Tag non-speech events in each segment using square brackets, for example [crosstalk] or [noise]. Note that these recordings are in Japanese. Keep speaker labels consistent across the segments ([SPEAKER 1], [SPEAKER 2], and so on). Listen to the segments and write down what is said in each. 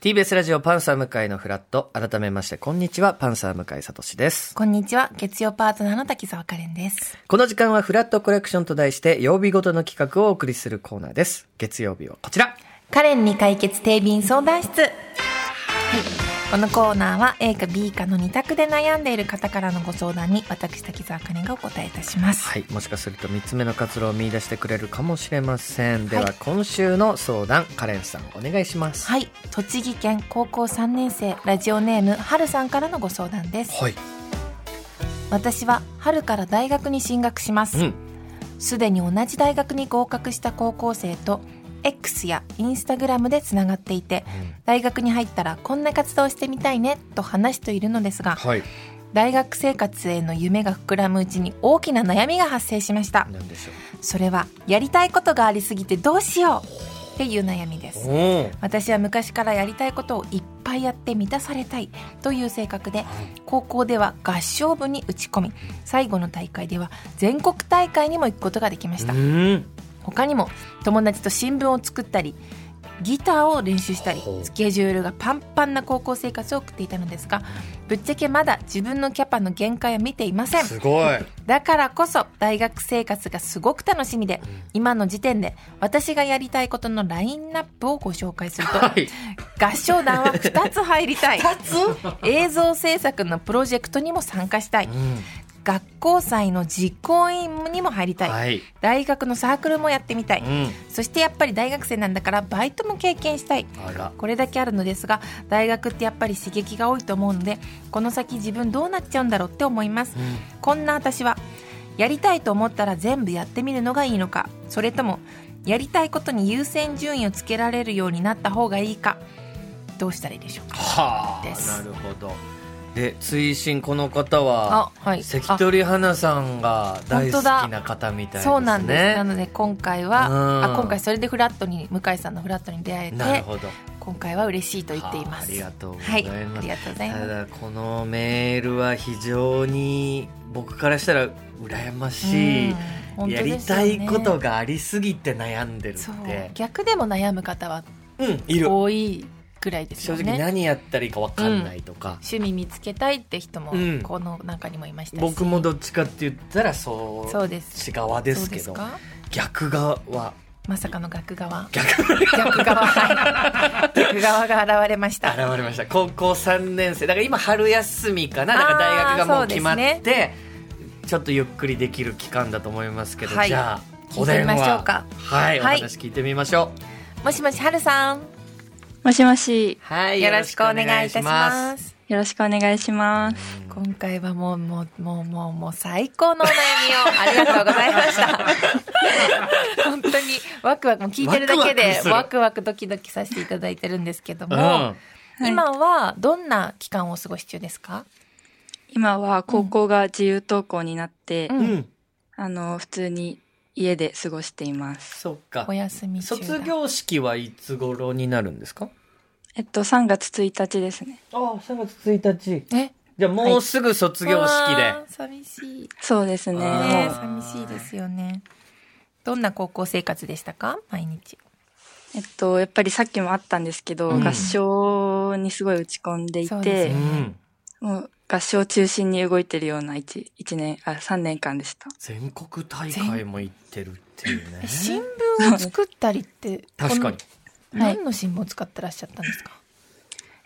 [SPEAKER 1] TBS ラジオパンサー向井のフラット。改めまして、こんにちは。パンサー向井聡です。
[SPEAKER 2] こんにちは。月曜パートナーの滝沢カレンです。
[SPEAKER 1] この時間はフラットコレクションと題して、曜日ごとの企画をお送りするコーナーです。月曜日はこちら。
[SPEAKER 2] カレンに解決定便相談室。はい。このコーナーは A か B かの2択で悩んでいる方からのご相談に私滝沢カレンがお答えいたします。
[SPEAKER 1] はい。もしかすると3つ目の活路を見出してくれるかもしれません。で
[SPEAKER 2] は、
[SPEAKER 1] はい今週の相談、カレンさん、お願いします。
[SPEAKER 2] はい。栃木県高校3年生ラジオネームはるさんからのご相談です。
[SPEAKER 1] はい。
[SPEAKER 2] 私は春から大学に進学します。
[SPEAKER 1] うん。
[SPEAKER 2] すでに同じ大学に合格した高校生と X やインスタグラムでつながっていて大学に入ったらこんな活動してみたいねと話しているのですが
[SPEAKER 1] はい。
[SPEAKER 2] 大学生活への夢が膨らむうちに大きな悩みが発生しました
[SPEAKER 1] なんでしょ
[SPEAKER 2] それはやりたいことがありすぎてどうしようっていう悩みです
[SPEAKER 1] う。お
[SPEAKER 2] 私は昔からやりたいことをいっぱいやって満たされたいという性格で高校では合唱部に打ち込み最後の大会では全国大会にも行くことができました
[SPEAKER 1] うん。
[SPEAKER 2] 他にも友達と新聞を作ったりギターを練習したり
[SPEAKER 1] ほう
[SPEAKER 2] スケジュールがパンパンな高校生活を送っていたのですがぶっちゃけまだ自分のキャパの限界は見ていません
[SPEAKER 1] すごい。
[SPEAKER 2] だからこそ大学生活がすごく楽しみで今の時点で私がやりたいことのラインナップをご紹介すると
[SPEAKER 1] はい。
[SPEAKER 2] 合唱団は2つ入
[SPEAKER 1] [laughs]
[SPEAKER 2] りたい
[SPEAKER 1] つ
[SPEAKER 2] 映像制作のプロジェクトにも参加したい
[SPEAKER 1] うん。
[SPEAKER 2] 学校祭の実行委員にも入りたい、
[SPEAKER 1] はい。
[SPEAKER 2] 大学のサークルもやってみたい、
[SPEAKER 1] うん。
[SPEAKER 2] そしてやっぱり大学生なんだからバイトも経験したい
[SPEAKER 1] あら。
[SPEAKER 2] これだけあるのですが大学ってやっぱり刺激が多いと思うのでこの先自分どうなっちゃうんだろうって思います
[SPEAKER 1] うん。
[SPEAKER 2] こんな私はやりたいと思ったら全部やってみるのがいいのかそれともやりたいことに優先順位をつけられるようになった方がいいかどうしたらいいでしょうか
[SPEAKER 1] はあ
[SPEAKER 2] です
[SPEAKER 1] なるほどで追伸この方は
[SPEAKER 2] あはい
[SPEAKER 1] 関取花さんが大好きな方みたいですね
[SPEAKER 2] そうなんです、なので今回は
[SPEAKER 1] うん
[SPEAKER 2] あ今回それでフラットに向井さんのフラットに出会え
[SPEAKER 1] なる
[SPEAKER 2] て
[SPEAKER 1] ほど
[SPEAKER 2] 今回は嬉しいと言っていま
[SPEAKER 1] はあ
[SPEAKER 2] す
[SPEAKER 1] ありがとうござ
[SPEAKER 2] はいい
[SPEAKER 1] ます、
[SPEAKER 2] ありがとうござい
[SPEAKER 1] た
[SPEAKER 2] ます
[SPEAKER 1] だこのメールは非常に僕からしたら羨ましい、
[SPEAKER 2] うん
[SPEAKER 1] やりたいこ、
[SPEAKER 2] 本当
[SPEAKER 1] と
[SPEAKER 2] で
[SPEAKER 1] がありすぎて悩んでる
[SPEAKER 2] すよ
[SPEAKER 1] っ
[SPEAKER 2] ねそう
[SPEAKER 1] て
[SPEAKER 2] 逆でも悩む方は
[SPEAKER 1] うんいる
[SPEAKER 2] 多いぐらいです
[SPEAKER 1] 正
[SPEAKER 2] よね
[SPEAKER 1] 直何やったらいいか分かんないとか、
[SPEAKER 2] 趣味見つけたいって人も
[SPEAKER 1] うん
[SPEAKER 2] この中にもいましたし、
[SPEAKER 1] 僕もどっちかって言ったらそう
[SPEAKER 2] そうです
[SPEAKER 1] 違側ですけど
[SPEAKER 2] そうか
[SPEAKER 1] 逆側は
[SPEAKER 2] まさかの逆側
[SPEAKER 1] 逆
[SPEAKER 2] 逆側はい逆側が現れました
[SPEAKER 1] 現れました高校3年生だから今春休みかなだから大学がもう決まって
[SPEAKER 2] あーそう、
[SPEAKER 1] ちょっとゆっくりできる期間だと思いますけど、
[SPEAKER 2] はい
[SPEAKER 1] じゃあ
[SPEAKER 2] 聞
[SPEAKER 1] お
[SPEAKER 2] いて
[SPEAKER 1] 電
[SPEAKER 2] みましょう
[SPEAKER 1] 話
[SPEAKER 2] か
[SPEAKER 1] はい、
[SPEAKER 2] はい
[SPEAKER 1] お話聞いてみましょう
[SPEAKER 2] もしもしはるさん
[SPEAKER 3] もしもし、
[SPEAKER 1] はい
[SPEAKER 2] よろしくお願いいたしますす
[SPEAKER 3] よろしくお願いします。
[SPEAKER 2] 今回はもうもうもうもうもう最高のお悩みをありがとうございました
[SPEAKER 1] [laughs]
[SPEAKER 2] 本当にワクワクもう聞いてるだけ
[SPEAKER 1] ワクワ
[SPEAKER 2] で
[SPEAKER 1] クする
[SPEAKER 2] ワクワクドキドキさせていただいてるんですけど
[SPEAKER 1] う
[SPEAKER 2] も、
[SPEAKER 1] ん、は
[SPEAKER 2] 今はどんな期間をお過ごし中ですか、
[SPEAKER 3] 今は高校が自由登校になって、
[SPEAKER 2] う
[SPEAKER 1] いうん
[SPEAKER 2] ん、
[SPEAKER 3] あの、普通に家で過ごしています。
[SPEAKER 1] そっか
[SPEAKER 2] お休み中だ
[SPEAKER 1] 卒業式はいつ頃になるんですか
[SPEAKER 3] えっと、3月1日ですね。
[SPEAKER 1] ああ3月1日
[SPEAKER 2] え
[SPEAKER 1] じゃあもうすぐ卒業式で、
[SPEAKER 2] わー寂しい
[SPEAKER 3] そうですね。
[SPEAKER 1] あ
[SPEAKER 2] ね
[SPEAKER 3] もう
[SPEAKER 2] 寂しいですよねどんな高校生活でしたか毎日
[SPEAKER 3] えっと、やっぱりさっきもあったんですけど、
[SPEAKER 1] うん
[SPEAKER 3] 合唱にすごい打ち込んでい
[SPEAKER 2] そうです
[SPEAKER 3] て
[SPEAKER 2] ね、
[SPEAKER 1] うん
[SPEAKER 3] もう合唱中心に動いてるような 1, 一年、あ、3年間でした。
[SPEAKER 1] 全国大会も行ってるっていうね
[SPEAKER 2] え新聞を作ったりって
[SPEAKER 1] [laughs] 確かに
[SPEAKER 2] この何の新聞を使ってらっしゃったんですか、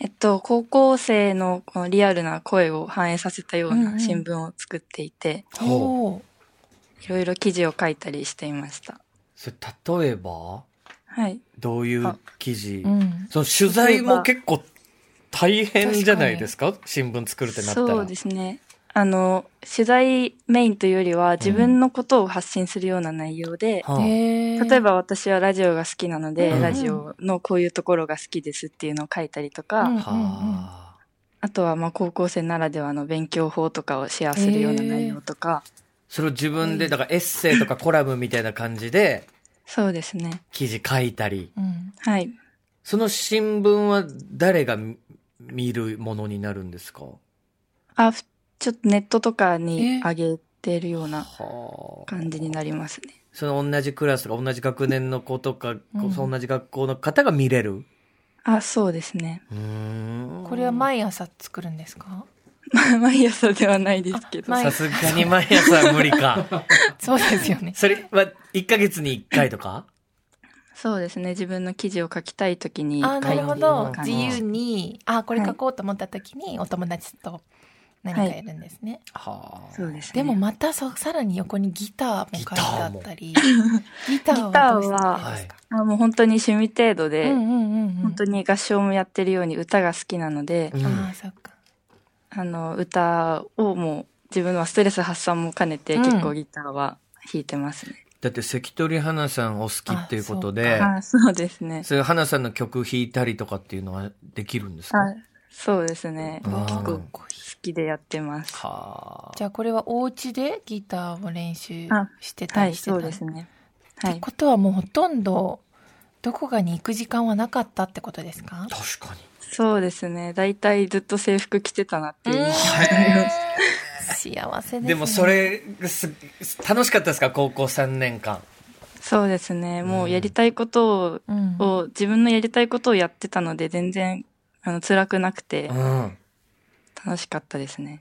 [SPEAKER 3] えっと、高校生のこのリアルな声を反映させたような新聞を作っていて、
[SPEAKER 1] ほう
[SPEAKER 2] おー
[SPEAKER 3] いろいろ記事を書いたりしていました。
[SPEAKER 1] それ例えば
[SPEAKER 3] はい。
[SPEAKER 1] どういう記事、
[SPEAKER 2] うん
[SPEAKER 1] その取材も結構大変じゃないですか新聞作るってなったら
[SPEAKER 3] そうですね。あの、取材メインというよりは自分のことを発信するような内容で、
[SPEAKER 1] はあ
[SPEAKER 2] へー
[SPEAKER 3] 例えば私はラジオが好きなので、
[SPEAKER 1] うん
[SPEAKER 3] ラジオのこういうところが好きですっていうのを書いたりとか、
[SPEAKER 2] うんうんうん
[SPEAKER 1] はあ
[SPEAKER 3] あとはまあ高校生ならではの勉強法とかをシェアするような内容とか、
[SPEAKER 1] それを自分でだからエッセイとかコラムみたいな感じで
[SPEAKER 3] そうですね。
[SPEAKER 1] 記事書いたり
[SPEAKER 2] うん
[SPEAKER 3] はい。
[SPEAKER 1] その新聞は誰が見見るものになるんですか
[SPEAKER 3] あ、ふちょっとネットとか
[SPEAKER 2] え
[SPEAKER 3] に上げてるような
[SPEAKER 1] はあ
[SPEAKER 3] 感じになりますね。
[SPEAKER 1] その同じクラスとか同じ学年の子とか、こう
[SPEAKER 2] うん
[SPEAKER 1] 同じ学校の方が見れる
[SPEAKER 3] あ、そうですね。 [laughs]
[SPEAKER 1] うーん
[SPEAKER 2] これは毎朝作るんですか
[SPEAKER 3] まあ毎朝ではないですけど。
[SPEAKER 2] あ毎
[SPEAKER 1] さすがに毎朝は無理
[SPEAKER 2] [laughs]
[SPEAKER 1] か。
[SPEAKER 2] そうです
[SPEAKER 3] [laughs]
[SPEAKER 2] よね
[SPEAKER 1] それは1ヶ月に1回とか
[SPEAKER 3] そうですね。自分の記事を書きたいときに書
[SPEAKER 2] あ
[SPEAKER 3] い
[SPEAKER 2] な
[SPEAKER 3] て
[SPEAKER 2] るほ
[SPEAKER 1] は
[SPEAKER 2] ど
[SPEAKER 1] い
[SPEAKER 2] 自由にあこれ書こうと思った時にお友達と何かやるんですね、
[SPEAKER 1] は
[SPEAKER 3] そうですね。
[SPEAKER 2] でもまたそさらに横にギターも書いてあった
[SPEAKER 3] [laughs]
[SPEAKER 2] りギター
[SPEAKER 3] ギター
[SPEAKER 2] は
[SPEAKER 3] は
[SPEAKER 2] どうしたんですか、
[SPEAKER 3] あもう本当に趣味程度で、
[SPEAKER 2] うんうんうんうん
[SPEAKER 3] 本当に合唱もやってるように歌が好きなので、
[SPEAKER 1] うん
[SPEAKER 2] ああそっか
[SPEAKER 3] あの、歌をもう自分はストレス発散も兼ねて
[SPEAKER 2] うん
[SPEAKER 3] 結構ギターは弾いてますね。
[SPEAKER 1] だって関取花さんお好きっていうことで、
[SPEAKER 3] あそうですね。
[SPEAKER 1] それ花さんの曲弾いたりとかっていうのはできるんですか
[SPEAKER 3] あそうですね。
[SPEAKER 1] うん
[SPEAKER 3] 結構
[SPEAKER 1] う
[SPEAKER 3] 好
[SPEAKER 1] ん
[SPEAKER 3] きでやってます。
[SPEAKER 1] は
[SPEAKER 2] じゃあこれはお家でギターを練習
[SPEAKER 3] あ
[SPEAKER 2] してた
[SPEAKER 3] は
[SPEAKER 2] り
[SPEAKER 3] い、
[SPEAKER 2] してた
[SPEAKER 3] そ
[SPEAKER 2] ん
[SPEAKER 3] う
[SPEAKER 2] で
[SPEAKER 3] ですす
[SPEAKER 2] か
[SPEAKER 3] ね。は
[SPEAKER 2] って
[SPEAKER 3] い。
[SPEAKER 2] ことはもうほとんどどこかに行く時間はなかったってことです
[SPEAKER 1] あ。
[SPEAKER 2] か
[SPEAKER 1] 確かに。
[SPEAKER 3] そうですね。だいたいずっと制服着てたなっていう。
[SPEAKER 2] 幸せです、ね、
[SPEAKER 1] でもそれす、楽しかったですか高校3年間。
[SPEAKER 3] そうですね。もうやりたいこと
[SPEAKER 2] うん、
[SPEAKER 3] を、を自分のやりたいことをやってたので、全然、あの、辛くなくて
[SPEAKER 1] う、ん。
[SPEAKER 3] 楽しかったですね。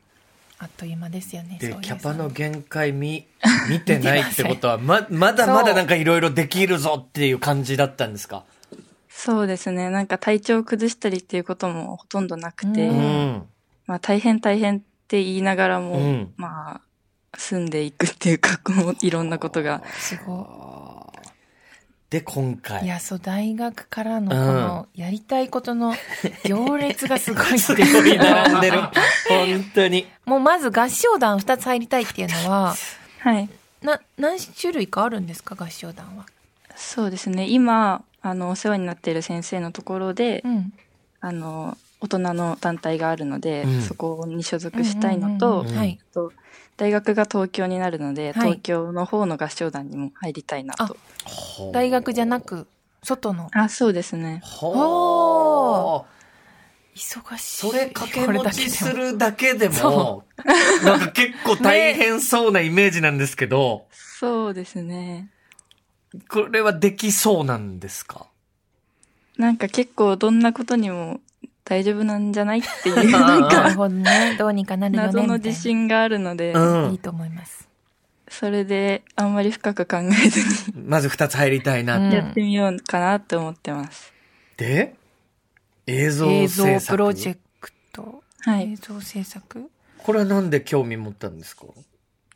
[SPEAKER 2] あっという間ですよね
[SPEAKER 1] で
[SPEAKER 2] そう、いう
[SPEAKER 1] キャパの限界見、見てないってことは、ま、まだ
[SPEAKER 2] そう
[SPEAKER 1] まだなんかいろいろできるぞっていう感じだったんですか
[SPEAKER 3] そうですね。なんか体調を崩したりっていうこともほとんどなくて、
[SPEAKER 2] う
[SPEAKER 1] うんん。
[SPEAKER 3] まあ大変大変って言いながらも、
[SPEAKER 1] うん
[SPEAKER 3] まあ、住んでいくっていうか、こう、いろんなことが。
[SPEAKER 2] すご
[SPEAKER 1] で、今
[SPEAKER 2] いい
[SPEAKER 1] 回。
[SPEAKER 2] やそう大学からのこのやりたいことの行列がすごいって
[SPEAKER 1] すご [laughs] い並んでる。本当に。
[SPEAKER 2] もうまず合唱団2つ入りたいっていう
[SPEAKER 1] [laughs]
[SPEAKER 2] のは
[SPEAKER 3] はい。
[SPEAKER 2] な何種類かあるんですか合唱団は、
[SPEAKER 3] そうですね。今、あの、お世話になっている先生のところで、
[SPEAKER 2] うん、
[SPEAKER 3] あの、大人の団体があるので、
[SPEAKER 1] うん
[SPEAKER 3] そこに所属したいのと、
[SPEAKER 2] うんうんうん
[SPEAKER 1] うん
[SPEAKER 2] はい
[SPEAKER 3] あと大学が東京になるので、
[SPEAKER 2] はい
[SPEAKER 3] 東京の方の合唱団にも入りたいなと。
[SPEAKER 2] 大学じゃな
[SPEAKER 1] く。
[SPEAKER 2] く外の
[SPEAKER 3] あそうですね。
[SPEAKER 1] ほー。
[SPEAKER 2] 忙しい
[SPEAKER 1] それ掛け
[SPEAKER 2] これ
[SPEAKER 1] 持
[SPEAKER 2] だけ
[SPEAKER 1] ち
[SPEAKER 2] ですも
[SPEAKER 1] るだけでも
[SPEAKER 2] そ、
[SPEAKER 1] なんか結構大変そうなイメージなんですけど、
[SPEAKER 3] そうですね。
[SPEAKER 1] これはできそうなんですか
[SPEAKER 3] なんか結構どんなことにも大丈夫なんじゃないっていう、なん
[SPEAKER 2] な
[SPEAKER 3] か
[SPEAKER 2] るほどねどうにかなるよね
[SPEAKER 3] [laughs] 謎の
[SPEAKER 2] みたい
[SPEAKER 3] 自
[SPEAKER 2] な
[SPEAKER 3] 信があるので、
[SPEAKER 1] うん
[SPEAKER 2] いいと思います
[SPEAKER 3] それであんまり深く考えず
[SPEAKER 1] まず二つ入りたいな
[SPEAKER 2] う
[SPEAKER 1] っ
[SPEAKER 2] ん
[SPEAKER 3] に
[SPEAKER 1] て。
[SPEAKER 3] やってみようかなって思ってます。
[SPEAKER 1] で、映像
[SPEAKER 2] 映
[SPEAKER 1] 制
[SPEAKER 2] 像
[SPEAKER 1] 作。
[SPEAKER 2] プロジェクト
[SPEAKER 3] は
[SPEAKER 2] 映
[SPEAKER 3] い。
[SPEAKER 2] 像制作
[SPEAKER 1] これはなんで興味持ったんですか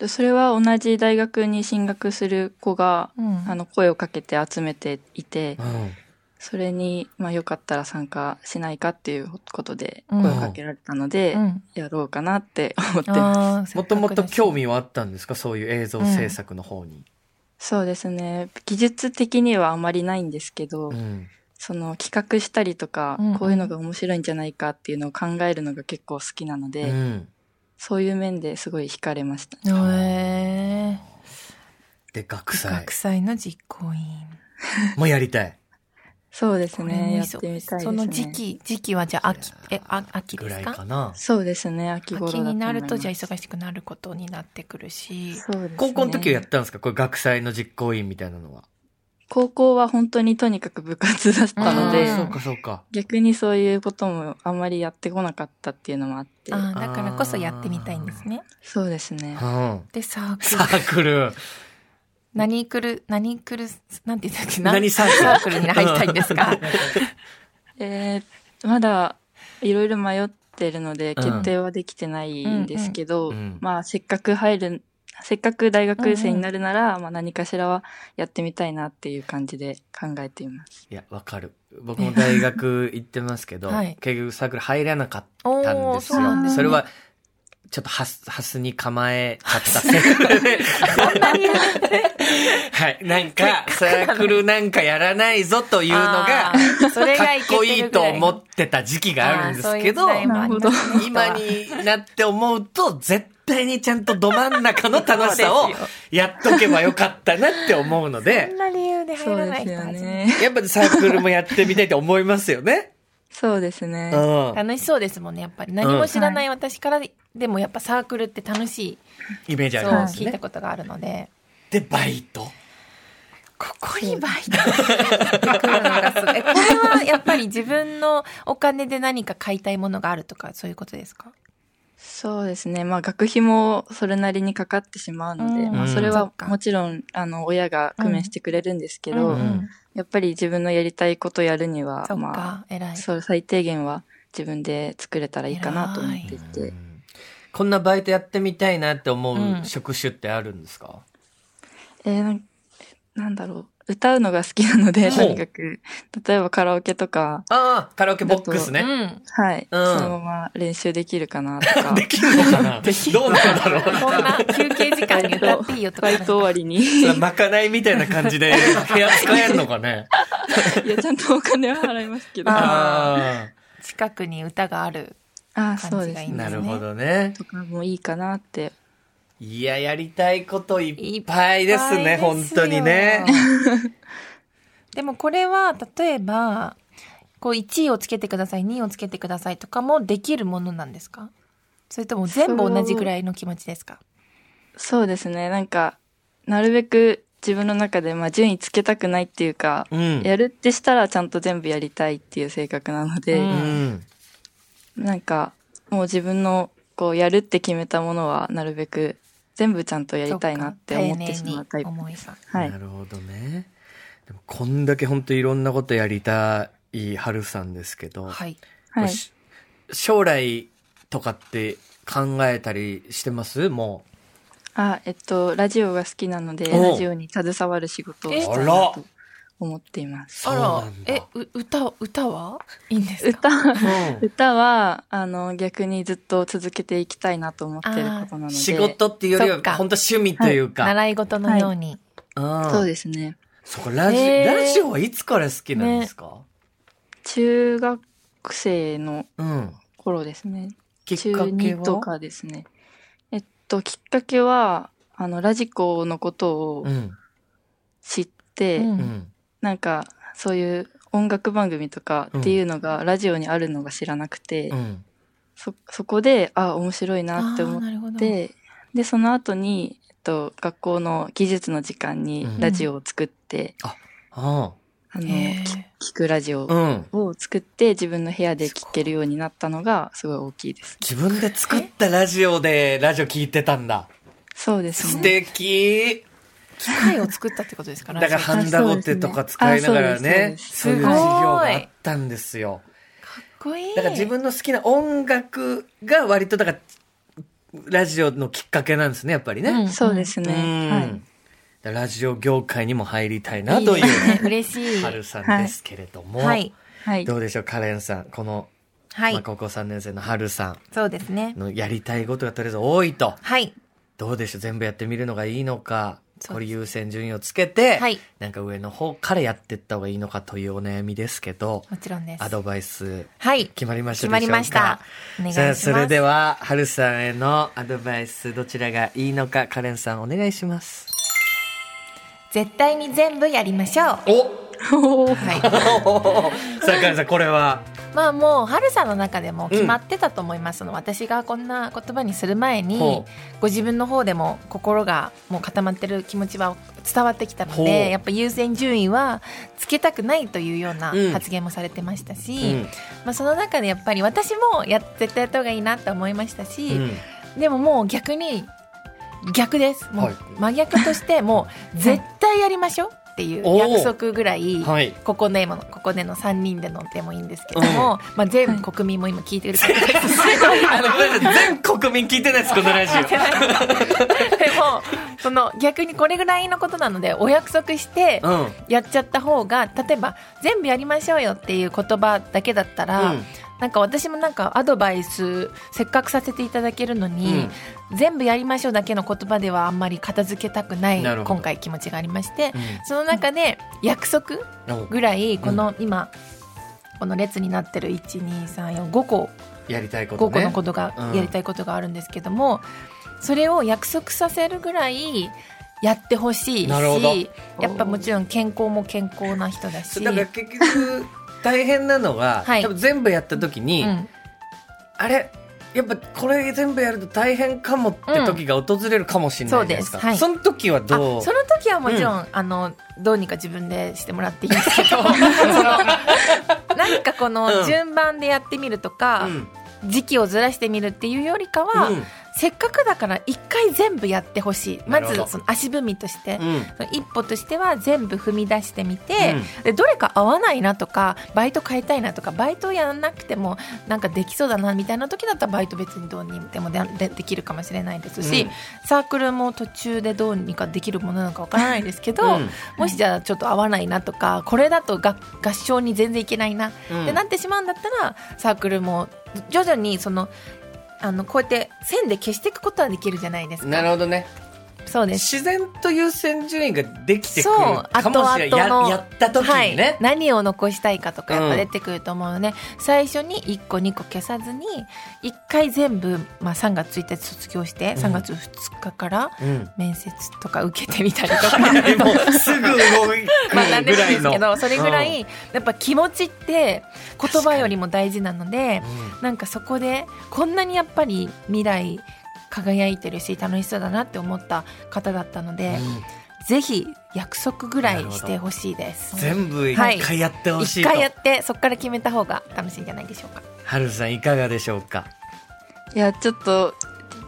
[SPEAKER 3] それは同じ大学に進学する子が、
[SPEAKER 2] うん
[SPEAKER 3] あの、声をかけて集めていて、
[SPEAKER 1] うん。
[SPEAKER 3] それに、まあ、よかったら参加しないかっていうことで
[SPEAKER 2] うん
[SPEAKER 3] 声をかけられたので、
[SPEAKER 2] うん
[SPEAKER 3] やろうかなって思ってます。
[SPEAKER 2] あー
[SPEAKER 1] もともと興
[SPEAKER 2] 味
[SPEAKER 1] 味はあったんですかそういう映像制作の方に。
[SPEAKER 3] そうですね。技術的にはあまりないんですけど、
[SPEAKER 1] うん。
[SPEAKER 3] その企画したりとか、
[SPEAKER 2] うん
[SPEAKER 3] こういうのが面白いんじゃないかっていうのを考えるのが結構好きなの
[SPEAKER 1] う
[SPEAKER 3] で、
[SPEAKER 1] ん。
[SPEAKER 3] そういう面ですごい惹かれました。
[SPEAKER 2] へえ
[SPEAKER 1] で、学祭
[SPEAKER 2] 学祭の実行委員
[SPEAKER 1] もやりたい。
[SPEAKER 3] そうです
[SPEAKER 2] これも
[SPEAKER 3] ね。
[SPEAKER 2] い
[SPEAKER 3] や
[SPEAKER 2] い
[SPEAKER 3] って
[SPEAKER 2] そ
[SPEAKER 3] みたいですね。
[SPEAKER 2] その時期時期はじゃあ秋えあ秋で
[SPEAKER 1] ぐら
[SPEAKER 2] す
[SPEAKER 1] い
[SPEAKER 2] か
[SPEAKER 1] かな。
[SPEAKER 3] そうですね。秋頃だと
[SPEAKER 2] 秋
[SPEAKER 3] 思い
[SPEAKER 2] に
[SPEAKER 3] ま
[SPEAKER 2] な
[SPEAKER 3] す
[SPEAKER 2] るとじゃあ忙しくなることになってくるし
[SPEAKER 3] そうですね
[SPEAKER 1] 高校の時はやったんですかこれ学祭の実行委員みたいなのは。
[SPEAKER 3] 高校は本当にとにかく部活だったので、
[SPEAKER 2] うん
[SPEAKER 1] そうかそうか。
[SPEAKER 3] 逆にそういうこともあんまりやってこなかったっていうのもあって、
[SPEAKER 2] あーだからこそやってみたいんですね
[SPEAKER 3] そうですね。
[SPEAKER 1] うん。
[SPEAKER 2] でサー
[SPEAKER 1] サ
[SPEAKER 2] クル
[SPEAKER 1] ークル。
[SPEAKER 2] 何クル何クルなんて言ったっけな
[SPEAKER 1] 何サークル
[SPEAKER 2] サークルに入りたいんですか
[SPEAKER 3] えーまだいろいろ迷ってるので
[SPEAKER 1] うん
[SPEAKER 3] 決定はできてないんですけど、
[SPEAKER 1] うんうんうん
[SPEAKER 3] まあせっかく入る、せっかく大学生になるなら、まあ何かしらはやってみたいなっていう感じで考えていま
[SPEAKER 1] [laughs]
[SPEAKER 3] す。
[SPEAKER 1] いや、わかる。僕も大学行ってますけど、
[SPEAKER 2] はい
[SPEAKER 1] 結局サークル入らなかった
[SPEAKER 2] お
[SPEAKER 1] ん
[SPEAKER 2] ー
[SPEAKER 1] です
[SPEAKER 2] そう
[SPEAKER 1] よ。
[SPEAKER 2] なん
[SPEAKER 1] そ
[SPEAKER 2] ですね
[SPEAKER 1] れは、ちょっとハス、ハスに構
[SPEAKER 2] [laughs]
[SPEAKER 1] えちゃったせいで。はい。なんか、サークルなんかやらないぞというのが
[SPEAKER 2] あ、ーそれ
[SPEAKER 1] か
[SPEAKER 2] が
[SPEAKER 1] っこいいと思
[SPEAKER 2] て
[SPEAKER 1] ってた時期があるんですけど、
[SPEAKER 3] もありますね
[SPEAKER 1] 今になって思うと、絶対にちゃんとど真ん中の楽しさをやっとけばよかったなって思うの
[SPEAKER 2] そ
[SPEAKER 1] で [laughs]
[SPEAKER 2] ん、な理由で
[SPEAKER 3] そ
[SPEAKER 2] 入
[SPEAKER 3] う
[SPEAKER 2] らな
[SPEAKER 3] で
[SPEAKER 2] い
[SPEAKER 3] す
[SPEAKER 2] 人
[SPEAKER 3] よ
[SPEAKER 2] たち、
[SPEAKER 3] ね。
[SPEAKER 1] やっぱりサークルもやってみたいと思いますよ [laughs] ね。
[SPEAKER 3] そうですね。
[SPEAKER 1] うん。
[SPEAKER 2] 楽しそうですもんねやっぱり何も知らない私からでもやっぱサークルって楽しい、
[SPEAKER 1] イメージあ
[SPEAKER 2] そ
[SPEAKER 1] り
[SPEAKER 2] う
[SPEAKER 1] ます
[SPEAKER 2] 聞いた
[SPEAKER 1] ね。
[SPEAKER 2] ことがあるので
[SPEAKER 1] で、バイト。
[SPEAKER 2] ここにバイトってくるのがすごい。えこれはやっぱり自分のお金で何か買いたいものがあるとか、そういうことですか
[SPEAKER 3] そうですね。まあ、学費もそれなりにかかってしまうので、
[SPEAKER 2] うん
[SPEAKER 3] まあ、それ
[SPEAKER 2] そっ
[SPEAKER 3] は
[SPEAKER 2] か
[SPEAKER 3] もちろん、あの、親が工面してくれるんですけど、
[SPEAKER 2] うんうん
[SPEAKER 3] やっぱり自分のやりたいことやるには、
[SPEAKER 2] そっ
[SPEAKER 3] ま
[SPEAKER 2] か、偉
[SPEAKER 3] あ、
[SPEAKER 2] い。
[SPEAKER 3] そう、最低限は自分で作れたらいいかなと思っていて。
[SPEAKER 1] こんなバイトやってみたいなって思ううん職種ってあるんですか、
[SPEAKER 3] えーなんなんだろう。歌うのが好きなので、
[SPEAKER 1] ほう
[SPEAKER 3] とにかく、例えばカラオケとか、
[SPEAKER 1] ああ、カラオケボックス
[SPEAKER 2] う
[SPEAKER 1] ね。
[SPEAKER 2] ん。
[SPEAKER 3] はい、
[SPEAKER 1] うん
[SPEAKER 3] そのまま練習できるかなとか、
[SPEAKER 1] [laughs] できるのかなどうなんだろう [laughs]
[SPEAKER 2] こんな休憩時間に歌っていいよとか
[SPEAKER 3] バ。イト終わりに、
[SPEAKER 1] それまかないみたいな感じで部屋使えんのかね
[SPEAKER 3] いや、ちゃんとお金は払いますけど、
[SPEAKER 1] [laughs]
[SPEAKER 3] あ
[SPEAKER 1] あ
[SPEAKER 2] 近くに歌がある。
[SPEAKER 3] あ、そう
[SPEAKER 2] 感じがい
[SPEAKER 3] です
[SPEAKER 1] あ、
[SPEAKER 2] い
[SPEAKER 3] ね。
[SPEAKER 1] なるほどね。
[SPEAKER 3] とかもいいかなって。
[SPEAKER 1] いや、やりたいこといっぱいですね、
[SPEAKER 2] いっぱいですよ
[SPEAKER 1] 本当にね。
[SPEAKER 2] でもこれは、例えば、こう1位をつけてください、2位をつけてくださいとかもできるものなんですかそれとも全部同じぐらいの気持ちですか
[SPEAKER 3] そうですね。なんか、なるべく自分の中で、まあ、順位つけたくないっていうか、
[SPEAKER 1] うん。
[SPEAKER 3] やるってしたらちゃんと全部やりたいっていう性格なの
[SPEAKER 2] う
[SPEAKER 1] う
[SPEAKER 3] で、
[SPEAKER 1] ん。
[SPEAKER 3] なんか、もう自分の、こう、やるって決めたものは、なるべく全部ちゃんとやりたいなって思ってしまうタイプ
[SPEAKER 2] 丁寧。に思いが
[SPEAKER 3] はい
[SPEAKER 1] な。るほどね。でもこんだけ本当いろんなことやりたい春さんですけど、
[SPEAKER 2] はい。
[SPEAKER 1] こ
[SPEAKER 3] は
[SPEAKER 1] れ
[SPEAKER 3] い。
[SPEAKER 1] し将来とかって考えたりしてますも
[SPEAKER 3] あ、えっと、ラジオが好きなので、
[SPEAKER 1] おう
[SPEAKER 3] ラジオに携わる仕事をしたいな
[SPEAKER 1] あら
[SPEAKER 3] と思っています。
[SPEAKER 1] そうな
[SPEAKER 2] あ
[SPEAKER 1] んだ
[SPEAKER 2] ら、え、う歌、歌はいいんですか
[SPEAKER 3] 歌、
[SPEAKER 1] う。うん
[SPEAKER 3] 歌は、あの、逆にずっと続けていきたいなと思ってることなので。
[SPEAKER 1] 仕事っていうより
[SPEAKER 2] そっ
[SPEAKER 1] は
[SPEAKER 2] か
[SPEAKER 1] 本当趣味というか。
[SPEAKER 2] 習い事のように。
[SPEAKER 1] うん
[SPEAKER 3] そうですね。
[SPEAKER 1] そこラジ、
[SPEAKER 2] へー
[SPEAKER 1] ラジオはいつから好きなんですか、
[SPEAKER 3] 中学生の
[SPEAKER 1] うん。
[SPEAKER 3] 頃ですね。
[SPEAKER 1] きっ
[SPEAKER 3] 中
[SPEAKER 1] かけ
[SPEAKER 3] 2と
[SPEAKER 1] は
[SPEAKER 3] かですね。えっと、きっかけは、あの、ラジコのことを
[SPEAKER 1] うん。
[SPEAKER 3] 知って、
[SPEAKER 2] う
[SPEAKER 1] うんん。
[SPEAKER 3] なんか、そういう音楽番組とかっていうのが、ラジオにあるのが知らなくて、
[SPEAKER 1] うん。
[SPEAKER 3] そ、そこで、あ、面白いなって思っ
[SPEAKER 2] あーなるほど
[SPEAKER 3] て、で、その後に、えっと、学校の技術の時間にラジオを作って、
[SPEAKER 1] あ
[SPEAKER 3] あの、
[SPEAKER 2] へー
[SPEAKER 3] 聞聞くラジオ
[SPEAKER 1] あうん。
[SPEAKER 3] を作って自分の部屋で聴けるようになったのがすごい大きいです。
[SPEAKER 1] 自分で作ったラジオでラジオ聞いてたんだ。
[SPEAKER 3] そうです
[SPEAKER 1] 素
[SPEAKER 3] ね。
[SPEAKER 1] 敵。
[SPEAKER 2] 機械を作ったってことです
[SPEAKER 3] [laughs]
[SPEAKER 2] か
[SPEAKER 1] だからハンダゴテとか使いながらね、そ
[SPEAKER 3] そう
[SPEAKER 2] う
[SPEAKER 1] い
[SPEAKER 2] ですねあそうですそうです
[SPEAKER 1] う授業があったんですよ。
[SPEAKER 2] かっこいい。
[SPEAKER 1] だから自分の好きな音楽が割とだからラジオのきっかけなんですね、やっぱりね。
[SPEAKER 2] うん
[SPEAKER 3] そうですね。
[SPEAKER 1] うん
[SPEAKER 3] はい。
[SPEAKER 1] だからラジオ業界にも入りたいない
[SPEAKER 2] い
[SPEAKER 1] と
[SPEAKER 2] で
[SPEAKER 1] い
[SPEAKER 2] すね
[SPEAKER 1] う
[SPEAKER 2] 嬉しい。
[SPEAKER 1] 春さんですけれども、
[SPEAKER 2] はい。
[SPEAKER 3] はい。
[SPEAKER 1] どうでしょうカレンさんこの、
[SPEAKER 2] は
[SPEAKER 1] まあ、
[SPEAKER 2] い。
[SPEAKER 1] 高校3年生の春さ
[SPEAKER 2] そうですね
[SPEAKER 1] ん。のやりたいことがとりあえず多いと
[SPEAKER 2] はい。
[SPEAKER 1] どうでしょう全部やってみるのがいいのか
[SPEAKER 2] そうです
[SPEAKER 1] これ優先順位をつけて、
[SPEAKER 2] はい
[SPEAKER 1] なんか上の方からやっていった方がいいのかというお悩みですけど
[SPEAKER 2] もちろんです。
[SPEAKER 1] アドバイス
[SPEAKER 2] はい。
[SPEAKER 1] 決まりました
[SPEAKER 2] 決
[SPEAKER 1] でしょうか
[SPEAKER 2] まりました。お願いし
[SPEAKER 1] じゃ
[SPEAKER 2] ま
[SPEAKER 1] あ
[SPEAKER 2] す。
[SPEAKER 1] それでは春さんへのアドバイスどちらがいいのかカレンさんお願いします
[SPEAKER 2] 絶対に全部やりましょう。
[SPEAKER 1] [laughs] お [laughs]
[SPEAKER 2] はい。
[SPEAKER 1] さあカレンさんこれは
[SPEAKER 2] まあもう、春さんの中でも決まってたと思いますの、私がこんな言葉にする前に
[SPEAKER 1] ほ、
[SPEAKER 2] ご自分の方でも心がもう固まってる気持ちは伝わってきたの
[SPEAKER 1] ほう
[SPEAKER 2] で、やっぱ優先順位はつけたくないというような
[SPEAKER 1] うん
[SPEAKER 2] 発言もされてましたし、
[SPEAKER 1] うん
[SPEAKER 2] まあその中でやっぱり私もや絶対やった方がいいなって思いましたし、
[SPEAKER 1] うん
[SPEAKER 2] でももう逆に逆ですも
[SPEAKER 1] はいう
[SPEAKER 2] 真逆としてもう絶対やりましょうっていう
[SPEAKER 1] おー
[SPEAKER 2] 約束ぐらい
[SPEAKER 1] はい [laughs]
[SPEAKER 2] ここでもここでの3人でのでもいいんですけども、まあ、全国民も今聞いてるからですし
[SPEAKER 1] あのごめんなさい全国民聞いてないですこのラジオ
[SPEAKER 2] [laughs] でもその逆にこれぐらいのことなのでお約束して
[SPEAKER 1] うん
[SPEAKER 2] やっちゃった方が例えば全部やりましょうよっていう言葉だけだったら、
[SPEAKER 1] うん
[SPEAKER 2] なんか私もなんかアドバイスせっかくさせていただけるのに、全部やりましょうだけの言葉ではあんまり片付けたくない
[SPEAKER 1] なるほど
[SPEAKER 2] 今回気持ちがありまして、
[SPEAKER 1] うん
[SPEAKER 2] その中で約束
[SPEAKER 1] お
[SPEAKER 2] ぐらいこの今、この列になってる12345個
[SPEAKER 1] やりたいこ
[SPEAKER 2] 5
[SPEAKER 1] と
[SPEAKER 2] 個
[SPEAKER 1] ね
[SPEAKER 2] のことが、
[SPEAKER 1] うん
[SPEAKER 2] やりたいことがあるんですけどもそれを約束させるぐらいやってほしい
[SPEAKER 1] なるほど
[SPEAKER 2] しやっぱもちろん健康も健康な人だし。
[SPEAKER 1] だから結局大変なのは、
[SPEAKER 2] [laughs] はい
[SPEAKER 1] 多分全部やった時に、
[SPEAKER 2] うん
[SPEAKER 1] あれやっぱこれ全部やると大変かもって時が訪れるかもしれないじゃないですか、
[SPEAKER 2] うんそうです
[SPEAKER 1] その時は
[SPEAKER 2] あそ
[SPEAKER 1] ど
[SPEAKER 2] の
[SPEAKER 1] う
[SPEAKER 2] 時はもちろん、あのどうにか自分でしてもらっていいんです
[SPEAKER 1] [laughs]
[SPEAKER 2] けどその何かこ
[SPEAKER 1] う
[SPEAKER 2] の
[SPEAKER 1] ん
[SPEAKER 2] 順番でやってみるとか、
[SPEAKER 1] うん
[SPEAKER 2] 時期をずらしてみるっていうよりかは、せっかくだから一回全部やってほしい
[SPEAKER 1] な
[SPEAKER 2] ま
[SPEAKER 1] るほ
[SPEAKER 2] ず
[SPEAKER 1] ど
[SPEAKER 2] その足踏みとして、
[SPEAKER 1] うんうん
[SPEAKER 2] その一歩としては全部踏み出してみて、でどれか合わないなとかバイト変えたいなとかバイトやらなくてもなんかできそうだなみたいな時だったらバイト別にどうにでもででできるかもしれないですし、サークルも途中でどうにかできるものなのかわからないですけど、
[SPEAKER 1] うん
[SPEAKER 2] もしじゃあちょっと合わないなとかこれだとが合唱に全然いけないな
[SPEAKER 1] うん
[SPEAKER 2] ってなってしまうんだったらサークルも徐々にそのあのこうやって線で消していくことはできるじゃないですか。
[SPEAKER 1] なるほどね
[SPEAKER 2] そうです
[SPEAKER 1] 自然と優先順位ができてくる
[SPEAKER 2] そう
[SPEAKER 1] かもしれない
[SPEAKER 2] 後々
[SPEAKER 1] や
[SPEAKER 2] の
[SPEAKER 1] やった時に
[SPEAKER 2] はい
[SPEAKER 1] ね、、
[SPEAKER 2] 何を残したいかとかやっ
[SPEAKER 1] うん
[SPEAKER 2] ぱ出てくると思うので、最初に1個2個消さずに1回全部、まあ、3月1日卒業して
[SPEAKER 1] うん
[SPEAKER 2] 3月2日から [laughs]
[SPEAKER 1] うん
[SPEAKER 2] 面接とか受けてみたりと
[SPEAKER 1] [laughs]
[SPEAKER 2] か [laughs]
[SPEAKER 1] もうす [laughs] ぐ動
[SPEAKER 2] 学ん
[SPEAKER 1] くぐ
[SPEAKER 2] でるん
[SPEAKER 1] ら
[SPEAKER 2] で
[SPEAKER 1] い
[SPEAKER 2] す
[SPEAKER 1] の
[SPEAKER 2] けどそれぐらいやっぱ気持ちって言葉よりも大事なので
[SPEAKER 1] う
[SPEAKER 2] なんかそこでこんなにやっぱり未来輝いてるし楽しそうだなって思った方だったので、
[SPEAKER 1] んうん
[SPEAKER 2] ぜひ約束ぐら
[SPEAKER 1] ないるほど
[SPEAKER 2] してほしいです。
[SPEAKER 1] 全部一回やってほし
[SPEAKER 2] 一
[SPEAKER 1] いと、
[SPEAKER 2] 回やってそこから決めた方が楽しいんじゃないでしょうか
[SPEAKER 1] はるさんいかがでしょうか
[SPEAKER 3] [laughs] いやちょっと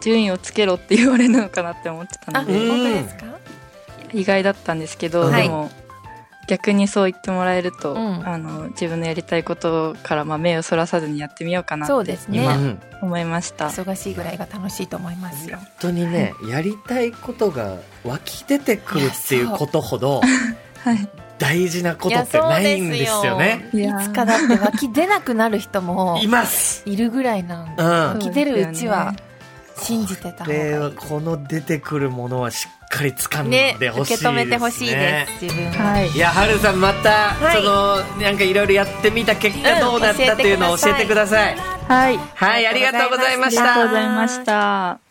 [SPEAKER 3] 順位をつけろって言われるのかなって思ってた
[SPEAKER 2] あ
[SPEAKER 3] の
[SPEAKER 1] うん
[SPEAKER 3] で
[SPEAKER 2] 本当ですか
[SPEAKER 3] 意外だったんですけど、
[SPEAKER 1] はい
[SPEAKER 3] でも逆にそう言ってもらえると、
[SPEAKER 2] うん
[SPEAKER 3] あの自分のやりたいことからまあ目をそらさずにやってみようかな
[SPEAKER 2] そ
[SPEAKER 3] と
[SPEAKER 2] うです
[SPEAKER 1] 今、
[SPEAKER 2] ね
[SPEAKER 1] うん
[SPEAKER 3] 思いました。
[SPEAKER 2] 忙しいぐらいが楽しいと思いますよ
[SPEAKER 1] 本当にね、やりたいことが湧き出てくるっていうことほど [laughs]
[SPEAKER 3] はい、
[SPEAKER 1] 大事なことってないんですよね。
[SPEAKER 2] い
[SPEAKER 3] い
[SPEAKER 2] や
[SPEAKER 3] やー
[SPEAKER 2] そうですよいつかだって湧き出なくなる人も
[SPEAKER 1] います。
[SPEAKER 2] いるぐらいなん
[SPEAKER 1] う
[SPEAKER 2] で湧
[SPEAKER 1] ん。
[SPEAKER 2] き出るうちは
[SPEAKER 3] そうで
[SPEAKER 2] 信じてた
[SPEAKER 1] こ
[SPEAKER 2] 方がい
[SPEAKER 1] れ
[SPEAKER 2] い
[SPEAKER 1] はこの出てくるものはしっかり掴ん
[SPEAKER 2] ね
[SPEAKER 1] でほしいで
[SPEAKER 2] 受け
[SPEAKER 1] すね。
[SPEAKER 2] 止めてほしいです自分は
[SPEAKER 3] はい
[SPEAKER 1] いやはるさんまた、
[SPEAKER 2] はい
[SPEAKER 1] そのなんかいろいろやってみた結
[SPEAKER 2] う
[SPEAKER 1] 果
[SPEAKER 2] ん
[SPEAKER 1] どうだったっていうのを教えてください。
[SPEAKER 3] はい、
[SPEAKER 1] はいありがとうございました。
[SPEAKER 3] ありがとうございました。